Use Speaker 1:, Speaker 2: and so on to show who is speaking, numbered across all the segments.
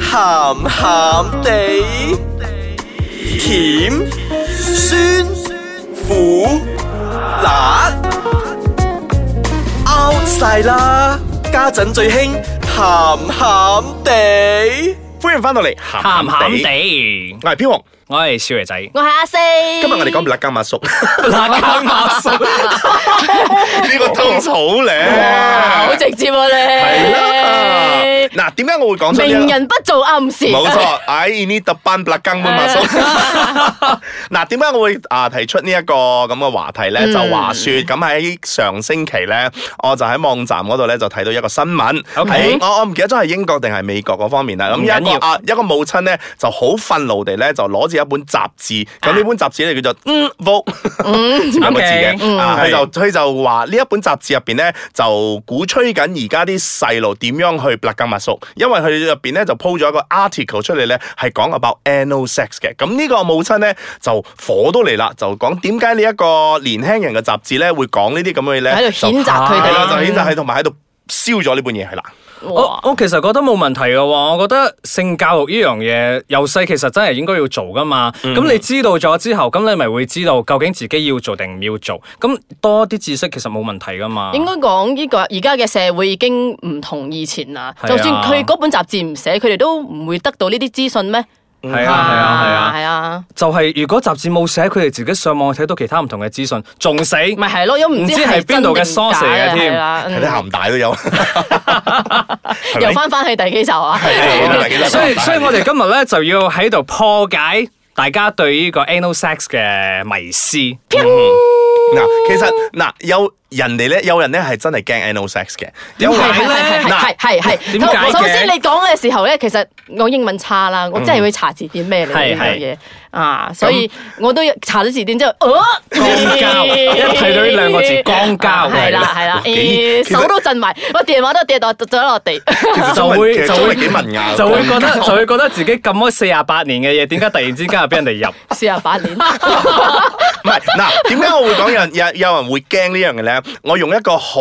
Speaker 1: 鹹鹹地，甜酸苦辣 out 晒啦！家陣最興鹹鹹地。
Speaker 2: 歡迎翻到嚟，咸
Speaker 3: 鹹鹹，地，
Speaker 2: 我係飄紅，
Speaker 3: 我係少爺仔 ，
Speaker 4: 我係阿四。
Speaker 2: 今日我哋講辣椒馬叔 呢
Speaker 3: 辣家馬叔，
Speaker 2: 個吐槽
Speaker 4: 哇，好
Speaker 2: 咧，
Speaker 4: 直接喎
Speaker 2: 係啦
Speaker 4: 你。，
Speaker 2: 嗱，點解我會講出呢
Speaker 4: 明
Speaker 2: 個？
Speaker 4: 人不做暗事。
Speaker 2: 冇錯，哎，呢特班辣更嘛，馬 叔。嗱，點解我會啊提出呢一個咁嘅話題
Speaker 3: 嗯
Speaker 2: 咧？就話説咁喺上星期咧，我就喺網站嗰度咧就睇到一個新聞，
Speaker 3: OK
Speaker 2: 喺我我唔記得咗係英國定係美國嗰方面啦。咁
Speaker 3: 唔緊
Speaker 2: 一個
Speaker 3: 要
Speaker 2: 啊一個母親咧就好憤怒地咧就攞住一本雜誌，咁呢本雜誌咧叫做嗯 Vogue 兩個字
Speaker 3: OK
Speaker 2: 嘅，啊佢
Speaker 3: 係
Speaker 2: 就佢就話呢一本雜誌入邊咧就鼓吹緊而家啲細路點樣去勒緊密熟，因為佢入邊咧就 po 咗一個 article 出嚟咧係講 about anal sex 嘅。咁呢個母親咧就火都嚟啦，就講點解呢一個年輕人嘅雜誌咧會講呢啲咁嘅嘢咧？
Speaker 4: 喺度
Speaker 2: 就
Speaker 4: 譴責佢
Speaker 2: 係啦，就
Speaker 4: 哋。
Speaker 2: 譴責佢同埋喺度燒咗呢本嘢係啦。
Speaker 3: 我
Speaker 4: 哇
Speaker 3: 我其實覺得冇問題嘅喎，我覺得性教育呢樣嘢由細其實真係應該要做噶嘛。咁、你知道咗之後，咁你咪會知道究竟自己要做定唔要做。咁多啲知識其實冇問題噶嘛。
Speaker 4: 應該講呢個而家嘅社會已經唔同以前啦。
Speaker 3: 係啊
Speaker 4: 就算佢嗰本雜誌唔寫，佢哋都唔會得到呢啲資訊咩？
Speaker 3: 係啊係啊係啊，
Speaker 4: 係啊，
Speaker 3: 就係如果雜誌冇寫，佢哋自己上網睇到其他唔同嘅資訊，仲死。
Speaker 4: 咪係啊咯，又唔知
Speaker 3: 唔知係
Speaker 4: 係
Speaker 3: 邊度嘅
Speaker 4: 真定
Speaker 3: source 嚟嘅
Speaker 4: 假
Speaker 3: 添
Speaker 4: 係啦
Speaker 2: 睇啲
Speaker 4: 嗯
Speaker 2: 鹹大都有， 係咪
Speaker 4: 又翻翻去第幾集啊？
Speaker 2: 係啊係啊
Speaker 3: 所以所以我哋今日咧就要喺度破解大家對呢個 anal sex 嘅迷思。
Speaker 2: 嗱，其實嗱有人哋咧，有人咧係真係驚 anal sex 嘅，有
Speaker 3: 點
Speaker 2: 人
Speaker 3: 解
Speaker 4: 係
Speaker 3: 呢
Speaker 4: 係
Speaker 2: 嗱
Speaker 4: 係係係
Speaker 3: 點解嘅
Speaker 4: 首先你講嘅時候咧，其實我英文差啦，我真係會查字典咩嚟
Speaker 3: 係
Speaker 4: 呢樣嘢啊，所以我都查咗字典之後，哦，
Speaker 3: 肛交一睇到呢兩個字肛交
Speaker 4: 係啦係啦，
Speaker 2: 幾
Speaker 4: 咦
Speaker 2: 其實
Speaker 4: 手都震埋，我電話都跌到咗落地，
Speaker 3: 就會
Speaker 2: 其實
Speaker 3: 就
Speaker 2: 中
Speaker 3: 會
Speaker 2: 文幾文雅，
Speaker 3: 就會覺得就會覺得自己撳咗四廿八年嘅嘢，點解突然之間又俾 人哋入？
Speaker 4: 四十八年，
Speaker 2: 唔係嗱，點解我會講有人有有人會驚呢樣嘅咧？我用一個好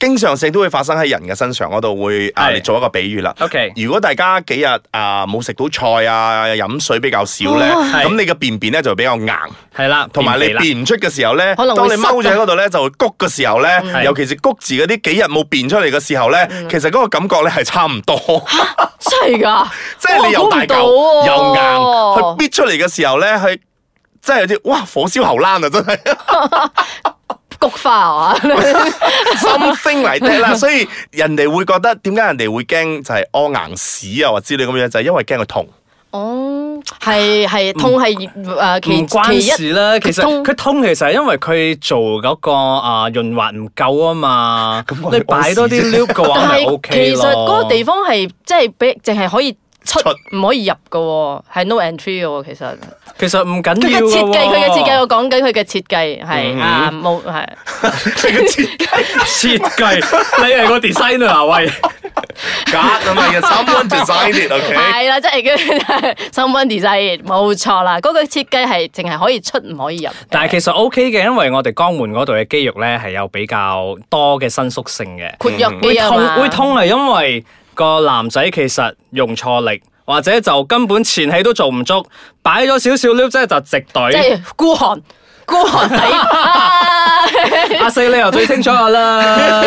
Speaker 2: 經常性都會發生喺人嘅身上嗰度會啊
Speaker 3: 係
Speaker 2: 嚟做一個比喻啦。
Speaker 3: OK
Speaker 2: 如果大家幾日啊冇食到菜啊，飲水比較少咧，
Speaker 3: 哦係
Speaker 2: 咁你嘅便便咧就會比較硬。
Speaker 3: 係啦，
Speaker 2: 同埋你
Speaker 3: 便秘啦
Speaker 2: 便唔出嘅時候咧，
Speaker 4: 可
Speaker 2: 當
Speaker 4: 能
Speaker 2: 你
Speaker 4: 會
Speaker 2: 踎住喺嗰度咧，就會谷嘅時候咧，
Speaker 3: 嗯
Speaker 2: 尤其是谷字嗰啲幾日冇便出嚟嘅時候咧，其實嗰個感覺咧係差唔多，
Speaker 4: 真係㗎，
Speaker 2: 即係你又大嚿
Speaker 4: 我估
Speaker 2: 又
Speaker 4: 唔
Speaker 2: 硬，
Speaker 4: 到哦喎
Speaker 2: 佢逼出嚟嘅時候咧，佢真係有啲哇火燒後欄啊！真 係
Speaker 4: 菊花啊，
Speaker 2: 心聲嚟的啦，所以人哋會覺得點解人哋會驚就係屙硬屎啊或之類咁樣，就係因為驚佢 痛。
Speaker 4: 哦，係係痛係誒其
Speaker 3: 唔關
Speaker 4: 其一
Speaker 3: 事啦，其實
Speaker 4: 通
Speaker 3: 佢通其實係因為佢做嗰個啊潤滑唔夠啊嘛
Speaker 2: 咁我，去
Speaker 3: 你擺多啲
Speaker 2: 屙屎
Speaker 3: loop 嘅話咪
Speaker 4: 但
Speaker 3: OK
Speaker 4: 其
Speaker 3: 咯。
Speaker 4: 實嗰個地方係即係俾淨係可以出
Speaker 2: 出
Speaker 4: 唔可以入嘅喎，係 no entry 嘅喎。其實
Speaker 3: 其實唔
Speaker 4: 佢
Speaker 3: 緊
Speaker 4: 嘅
Speaker 3: 要
Speaker 4: 設計，
Speaker 3: 㗎喎
Speaker 4: 佢嘅設計，我講緊佢嘅設計係啊冇係
Speaker 2: 佢嘅設計
Speaker 3: 設 計，你係個 designer 啊喂，
Speaker 2: 假啊嘛，someone designed it，OK？
Speaker 4: 係啦，即係佢 someone design 冇錯啦。嗰個設計係淨係可以出唔可以入，
Speaker 3: 但係其實 OK 嘅，因為我哋肛門嗰度嘅肌肉咧係有比較多嘅伸縮性嘅。
Speaker 4: 括約
Speaker 3: 會
Speaker 4: 肌啊
Speaker 3: 痛
Speaker 4: 嘛，
Speaker 3: 會痛係因為個男仔其實用錯力，或者就根本前戲都做唔足，擺咗少少 loop 即係就直
Speaker 4: 即
Speaker 3: 隊。
Speaker 4: 係 孤寒孤寒底。啊
Speaker 3: 阿四你又最清楚我 啦，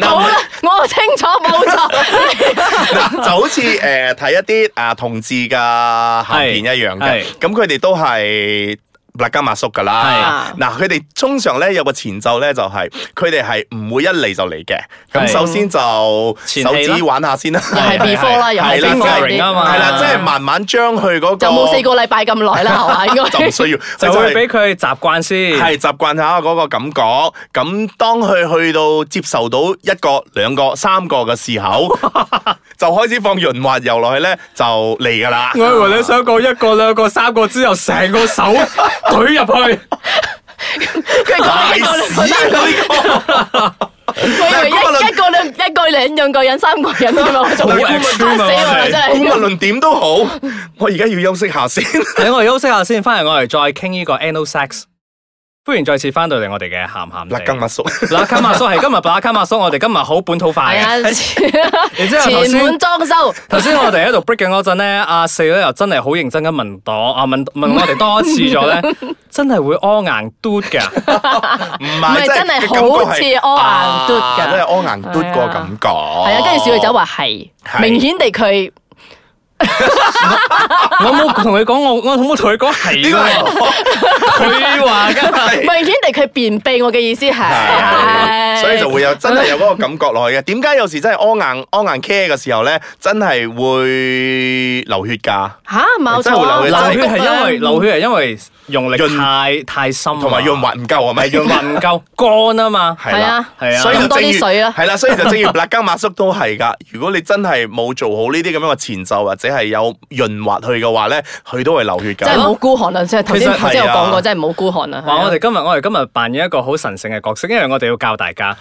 Speaker 4: 好啦，我清楚冇 錯。
Speaker 2: 嗱，就好似誒睇一啲啊同志嘅鹹片一樣嘅
Speaker 3: 係，
Speaker 2: 咁佢哋都係。辣加馬叔噶啦，嗱佢哋通常咧有個前奏咧就係佢哋係唔會一嚟就嚟嘅，咁
Speaker 3: 係
Speaker 2: 首先就
Speaker 3: 前
Speaker 2: 手
Speaker 3: 戲啦
Speaker 2: 指玩下先啦，
Speaker 4: 又係 before 啦，又係
Speaker 2: 係啦
Speaker 4: before
Speaker 3: 啊嘛
Speaker 2: 係啦，
Speaker 4: 啲，
Speaker 2: 即係慢慢將佢嗰個
Speaker 4: 就冇四個禮拜咁耐啦，係嘛？應該
Speaker 2: 就唔 需要，
Speaker 3: 就
Speaker 2: 係
Speaker 3: 會俾佢習慣先。
Speaker 2: 係習慣下嗰個感覺。咁當佢去到接受到一個、兩個、三個嘅時候，就開始放潤滑油落去咧，就嚟㗎啦。
Speaker 3: 我以為你想講一個、兩個、三個之後，成個手懟入 去。
Speaker 4: 佢
Speaker 2: 大
Speaker 4: 講一個兩
Speaker 2: 屎
Speaker 4: 個
Speaker 2: 啊！呢
Speaker 4: 我以為一一個兩一個兩兩個人三個人㗎嘛，我仲
Speaker 3: 好
Speaker 4: 以為
Speaker 3: extreme 啊
Speaker 4: 嚇死
Speaker 2: 個，
Speaker 4: 我
Speaker 2: 無
Speaker 4: 啦真係。
Speaker 2: 論點都好，我而家要休息下先。
Speaker 3: 等我哋休息下先，翻嚟我哋再傾呢個 anal sex。歡迎再次翻到嚟我哋嘅咸咸
Speaker 2: 辣更
Speaker 3: 地。
Speaker 2: 密熟，
Speaker 3: 嗱，卡馬叔係今日嗱，卡馬叔，我哋今日好本土化
Speaker 4: 係
Speaker 3: 嘅。
Speaker 4: 啊，
Speaker 3: 然之後啊頭
Speaker 4: 前
Speaker 3: 先
Speaker 4: 門裝修。
Speaker 3: 頭先我哋喺度 break 緊嗰陣咧，阿四咧又真係好認真咁問我， 啊問問我哋多次咗咧，真係會屙硬嘟㗎。
Speaker 2: 唔
Speaker 4: 唔係
Speaker 2: 係
Speaker 4: 真係好似
Speaker 2: 啊
Speaker 4: 屙硬嘟
Speaker 2: 真係
Speaker 4: 㗎，
Speaker 2: 屙硬嘟個感覺。
Speaker 4: 係
Speaker 2: 係
Speaker 4: 啊，跟住小女仔話係，
Speaker 2: 係
Speaker 4: 明顯地佢
Speaker 3: 我冇同佢講，我我冇同佢講係
Speaker 2: 呢
Speaker 3: 㗎
Speaker 2: 個係
Speaker 3: 喎， 佢話㗎。
Speaker 2: 係
Speaker 4: 明顯地佢便秘，我嘅意思係，
Speaker 2: 係，所以就會有真係有嗰個感覺落去嘅。點解有時真係屙硬屙硬 care 嘅時候咧，真係會流血㗎，
Speaker 4: 吓冇
Speaker 2: 真係
Speaker 4: 錯
Speaker 2: 會
Speaker 4: 啊，
Speaker 2: 流
Speaker 3: 流
Speaker 2: 真係
Speaker 3: 血係因為流血係因為用力
Speaker 2: 潤
Speaker 3: 太太深
Speaker 4: 嗯
Speaker 3: 啊，
Speaker 2: 同埋潤滑唔夠係咪？
Speaker 3: 潤 滑唔夠乾啊嘛。
Speaker 2: 係
Speaker 4: 係
Speaker 2: 啦
Speaker 4: 啊，
Speaker 3: 係啊
Speaker 2: 所以就
Speaker 4: 飲多啲
Speaker 2: 正如
Speaker 4: 水 啊
Speaker 2: 係啦，所以就正如辣更馬叔都係㗎。如果你真係冇做好呢啲咁樣嘅前奏，或者係有潤滑去嘅話咧，佢都會流血㗎。
Speaker 4: 真係冇孤寒啊！即係頭
Speaker 3: 其實
Speaker 4: 先
Speaker 3: 係啊
Speaker 4: 頭先有講過，真係冇孤寒啊！係啊
Speaker 3: 哇！我哋今日我哋今日扮演一個好神聖嘅角色，因為我哋要教大家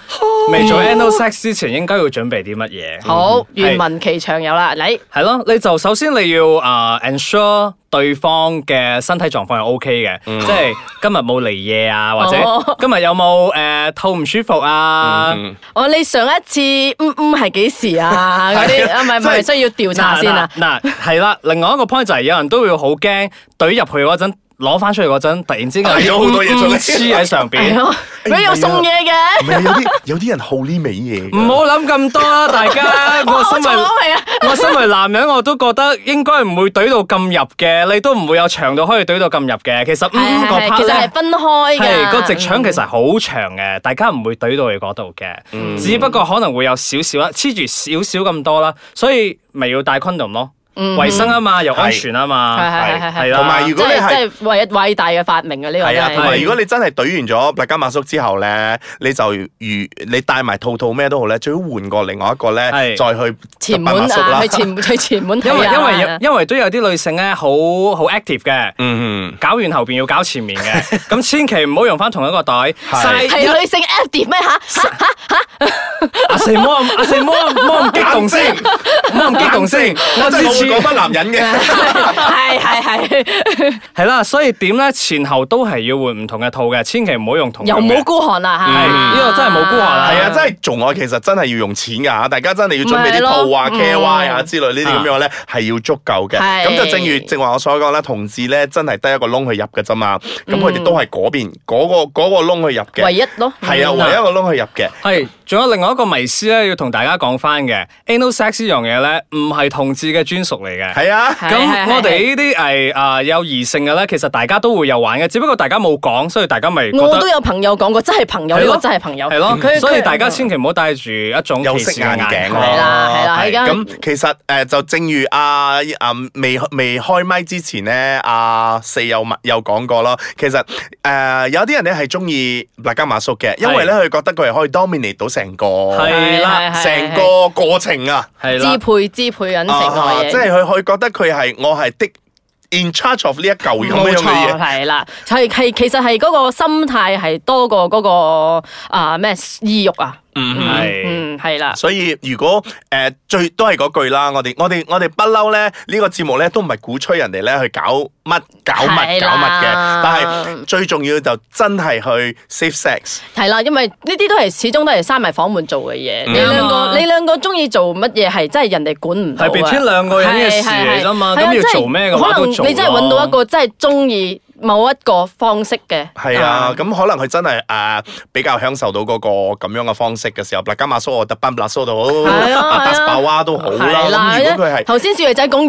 Speaker 3: 未做 anal sex 之前應該要準備啲乜嘢。
Speaker 4: 好願聞其詳有啦，你
Speaker 3: 係咯，你就首先你要啊、呃 ensure 對方嘅身體狀況係 OK 嘅，
Speaker 2: 嗯
Speaker 3: 即係今日冇嚟嘢啊，或者
Speaker 4: 哦
Speaker 3: 今日有冇誒肚唔舒服啊？
Speaker 2: 嗯
Speaker 4: 我你上一次嗯嗯係幾時啊？嗰啲啊唔係唔
Speaker 2: 真
Speaker 4: 係需要調查先啊！
Speaker 3: 嗱，嗱嗱係啦，另外一個 point 就係有人都會好驚懟入去嗰陣，攞翻出嚟嗰陣，突然之 間
Speaker 2: 有好多嘢出嚟
Speaker 3: 黐喺上
Speaker 4: 係
Speaker 3: 邊。
Speaker 4: 咯，佢有送嘢
Speaker 2: 唔
Speaker 4: 嘅，
Speaker 2: 係有啲有啲人好呢味嘢
Speaker 3: 唔
Speaker 2: 㗎。
Speaker 3: 好諗咁多啦，大 家。我
Speaker 4: 我
Speaker 3: 身
Speaker 4: 錯
Speaker 3: 為
Speaker 4: 係啊！
Speaker 3: 我身為男人，我都覺得應該唔會懟到咁入嘅，你都唔會有長到可以懟到咁入嘅。其實
Speaker 4: 係
Speaker 3: 嗯個
Speaker 4: 係係，其
Speaker 3: part
Speaker 4: 實係
Speaker 3: 咧。
Speaker 4: 分開
Speaker 3: 係
Speaker 4: 嘅。
Speaker 3: 個直腸其
Speaker 4: Ừ.
Speaker 3: 實係好長嘅，大家唔會懟到去嗰度嘅，只不過可能會有少少啦，黐住少少咁多啦，所以咪要戴 condom 咯，衞生啊嘛，又安全啊嘛，
Speaker 4: 係係係係
Speaker 3: 係啦，
Speaker 2: 同埋如
Speaker 4: 即
Speaker 2: 果你
Speaker 4: 係
Speaker 2: 係
Speaker 4: 即係偉偉大嘅發明啊！呢個
Speaker 2: 係
Speaker 4: 真
Speaker 2: 啊，
Speaker 4: 係
Speaker 2: 同埋如果你真係懟完咗白加馬叔之後咧，你就如你戴埋套套咩都好咧，最好換過另外一個咧，
Speaker 3: 係
Speaker 2: 再去
Speaker 4: 前
Speaker 2: 白馬
Speaker 4: 門
Speaker 2: 叔啦
Speaker 4: 啊，去。前去前門睇
Speaker 3: 因為
Speaker 4: 啊
Speaker 3: 因為有因為都有啲女性咧，好好 active 嘅，
Speaker 2: 嗯
Speaker 3: 搞完後邊要搞前 面嘅，咁千祈唔好用翻同一個袋，
Speaker 2: 係
Speaker 4: 係女性 F 碟咩吓？嚇
Speaker 3: 阿四摸阿四摸摸咁激動先，摸咁激動先，
Speaker 2: 哼，我
Speaker 3: 我
Speaker 2: 真係
Speaker 3: 支
Speaker 2: 會
Speaker 3: 持
Speaker 2: 講翻男人 嘅，啊
Speaker 4: 係係係，
Speaker 3: 係啦，所以點咧前後都係要換唔同嘅套嘅，千祈唔好用同
Speaker 4: 又
Speaker 3: 樣嘅
Speaker 4: 冇孤寒啦
Speaker 3: 係
Speaker 4: 嚇！
Speaker 3: 呢個真係冇孤寒啦
Speaker 2: 係啊，真係做愛其實真係要用錢㗎，大家真係要準備
Speaker 4: 咪係
Speaker 2: 啲
Speaker 4: 咯
Speaker 2: 套啊、
Speaker 4: 嗯
Speaker 2: K Y 啊之類呢啲咁樣咧，係要足夠嘅。
Speaker 4: 係
Speaker 2: 咁就正如正話我所講啦，同志咧真係得一個窿去入嘅啫嘛，咁佢哋都係嗰邊嗰個嗰個窿去入嘅，
Speaker 4: 嗯唯一咯，
Speaker 2: 係啊，唯一一個窿去入嘅。
Speaker 3: 係，仲有另外一個迷思咧，要同大家講翻嘅，anal sex 呢樣嘢咧，唔係同志嘅專屬嚟嘅。
Speaker 2: 係啊，
Speaker 4: 係
Speaker 3: 咁
Speaker 4: 係係
Speaker 3: 我哋呢啲係啊有異性嘅咧，其實大家都會有玩嘅，只不過大家冇講，所以大家咪覺
Speaker 4: 我都
Speaker 3: 得
Speaker 4: 有朋友講過，真係朋友
Speaker 3: 係
Speaker 4: 呢
Speaker 3: 咯
Speaker 4: 個真係朋友，
Speaker 3: 係咯
Speaker 4: 佢，
Speaker 3: 所以
Speaker 4: 佢
Speaker 3: 大家千祈唔好戴住一種
Speaker 2: 有
Speaker 3: 歧
Speaker 2: 色
Speaker 3: 視嘅
Speaker 2: 眼
Speaker 3: 眼
Speaker 2: 鏡
Speaker 3: 光。
Speaker 4: 係啦係啦
Speaker 2: 係
Speaker 4: 而家
Speaker 2: 咁其實誒、呃就正如阿阿未未開麥之前咧，阿、四有麥有講過咯。其實誒、呃有啲人咧係中意辣加馬叔嘅，因為咧佢覺得佢係可以 dominate 到成個
Speaker 3: 係啦
Speaker 4: 係係係
Speaker 2: 成個過程啊，
Speaker 3: 係啦
Speaker 4: 支，配支配緊成
Speaker 2: 啊
Speaker 4: 愛
Speaker 2: 即係
Speaker 4: 嘢。
Speaker 2: 佢佢覺得佢係我係的 in charge of 呢一嚿咁
Speaker 4: 冇
Speaker 2: 樣嘅
Speaker 4: 錯，
Speaker 2: 嘢。
Speaker 4: 係啦，係係其實係嗰個心態係多過嗰個啊咩意欲啊，
Speaker 3: 係
Speaker 4: 嗯係啦，
Speaker 2: 所以如果誒、呃最都係嗰句啦，我哋我哋我哋不嬲咧，呢、個節目咧都唔係鼓吹人哋咧去搞乜搞乜
Speaker 4: 係
Speaker 2: 搞乜嘅
Speaker 4: 啦，
Speaker 2: 但係最重要就真係去 safe sex。
Speaker 4: 係啦，因為呢啲都係始終都係閂埋房門做嘅嘢。你兩
Speaker 3: 啱啊
Speaker 4: 個你兩個中意做乜嘢係真係人哋管唔到啊
Speaker 3: 係 between 兩個人嘅事
Speaker 4: 係係係
Speaker 3: 嚟㗎嘛
Speaker 4: 係啊
Speaker 3: 咁要
Speaker 4: 真係
Speaker 3: 做咩嘅話
Speaker 4: 可能
Speaker 3: 都做
Speaker 4: 你真係
Speaker 3: 咯
Speaker 4: 揾到一個真係中意某一個方式嘅。
Speaker 2: 係啊，咁、可能佢真係誒、呃比較享受到嗰個咁樣嘅方式嘅時候，嗱，加馬蘇我特班嗱蘇到好，
Speaker 4: 係啊
Speaker 2: 阿
Speaker 4: 係
Speaker 2: 斯
Speaker 4: 啊
Speaker 2: 巴娃都好啦。咁如果佢係
Speaker 4: 頭先小女仔講耳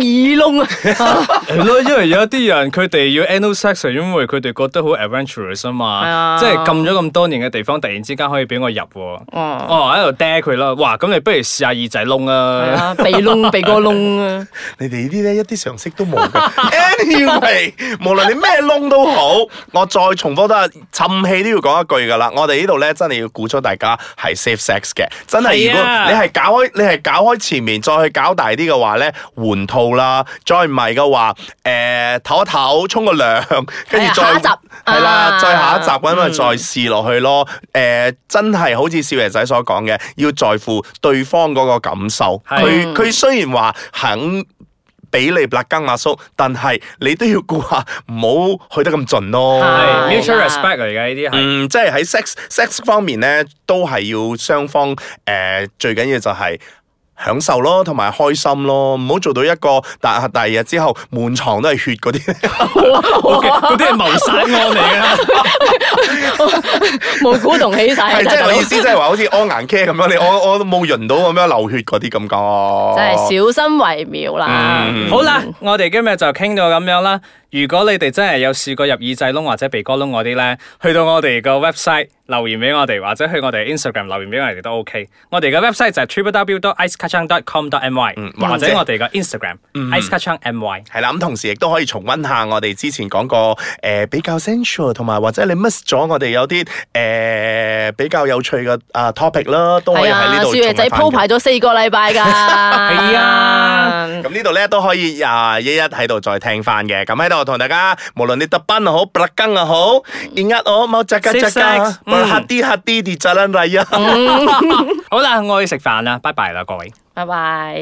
Speaker 4: 窿啊，
Speaker 3: 係咯，因為有一啲人佢哋要 anal sex 係因為佢哋覺得好 adventurous 啊
Speaker 4: 係
Speaker 3: 嘛，
Speaker 4: 啊
Speaker 3: 即係禁咗咁多年嘅地方，突然之間可以俾我入喎。
Speaker 4: 哦
Speaker 3: 哦，喺度嗲佢啦，哇！咁你不如試下耳仔窿
Speaker 4: 係
Speaker 3: 啊。
Speaker 4: 啊，鼻窿鼻哥窿啊，
Speaker 2: 你哋呢啲咧一啲常識都冇嘅。anyway，無論你咩窿都好，我再重複得沉氣都要講一句㗎啦。我哋呢度咧真係要鼓出大家係 safe sex 嘅，真係如果
Speaker 3: 係啊
Speaker 2: 你係搞開，你係搞開前面再去搞大啲嘅話咧，換套啦。再唔係嘅話，誒唞一唞，沖個涼，跟住再
Speaker 4: 係啊下一集
Speaker 2: 係啦，
Speaker 4: 啊
Speaker 2: 再下一集咁咪再試落去咯。誒，真係好似少爺仔所講嘅，要在乎對方嗰個感受。
Speaker 3: 係
Speaker 2: 佢佢雖然話肯。俾你black 更阿叔，但係你都要顧下，唔好去得咁盡
Speaker 4: 係
Speaker 2: 咯。
Speaker 3: 係 mutual
Speaker 4: 啦
Speaker 3: respect 嚟嘅呢啲係。
Speaker 2: 嗯，即係喺 sex sex 方面咧，都係要雙方诶、呃最緊要就係享受咯，同埋開心咯，唔好做到一個但第二日之後滿床都係血嗰啲。
Speaker 3: OK，嗰啲係謀殺案嚟嘅。
Speaker 4: 毛骨動起晒
Speaker 2: 係，
Speaker 4: 啊，
Speaker 2: 即係
Speaker 4: 大
Speaker 2: 我
Speaker 4: 佬
Speaker 2: 意思，即係話好似屙眼 K 咁樣，你我我都冇潤到咁樣流血嗰啲咁講。
Speaker 4: 真係小心為妙啦。
Speaker 2: 哦嗯
Speaker 3: 好啦，我哋今日就傾到咁樣啦。如果你哋真係有試過入耳仔窿或者鼻哥窿嗰啲咧，去到我哋個 website 留言俾我哋，或者去我哋 Instagram 留言俾我哋都 OK。我哋嘅 website 就係 www.icekachang.com.my，
Speaker 2: 或者
Speaker 3: 或者我哋嘅 Instagram icekachangmy。
Speaker 2: 係啦，咁同時亦都可以重温下我哋之前講過诶、呃比較 sensual 同埋或者你 miss 咗我哋有啲诶、呃比較有趣嘅啊 topic 啦，都可以
Speaker 4: 係
Speaker 2: 喺
Speaker 4: 啊
Speaker 2: 呢，度
Speaker 4: 少
Speaker 2: 重溫
Speaker 4: 爺仔
Speaker 2: 返
Speaker 4: 鋪
Speaker 2: 嘅
Speaker 4: 排咗四個禮拜㗎。嗯係
Speaker 3: 啊。
Speaker 2: 咁呢度咧都可以啊一一喺度再聽翻嘅，咁喺度同大家，無論你特賓又好，布勒根又
Speaker 4: 嗯
Speaker 2: 好，而呃我冇扎吉扎
Speaker 3: Safe sex，
Speaker 2: 吉，布黑啲黑
Speaker 4: 嗯
Speaker 2: 啲跌扎撚嚟啊！
Speaker 3: 好啦，我去食飯啦，拜拜啦，各位。
Speaker 4: 拜拜。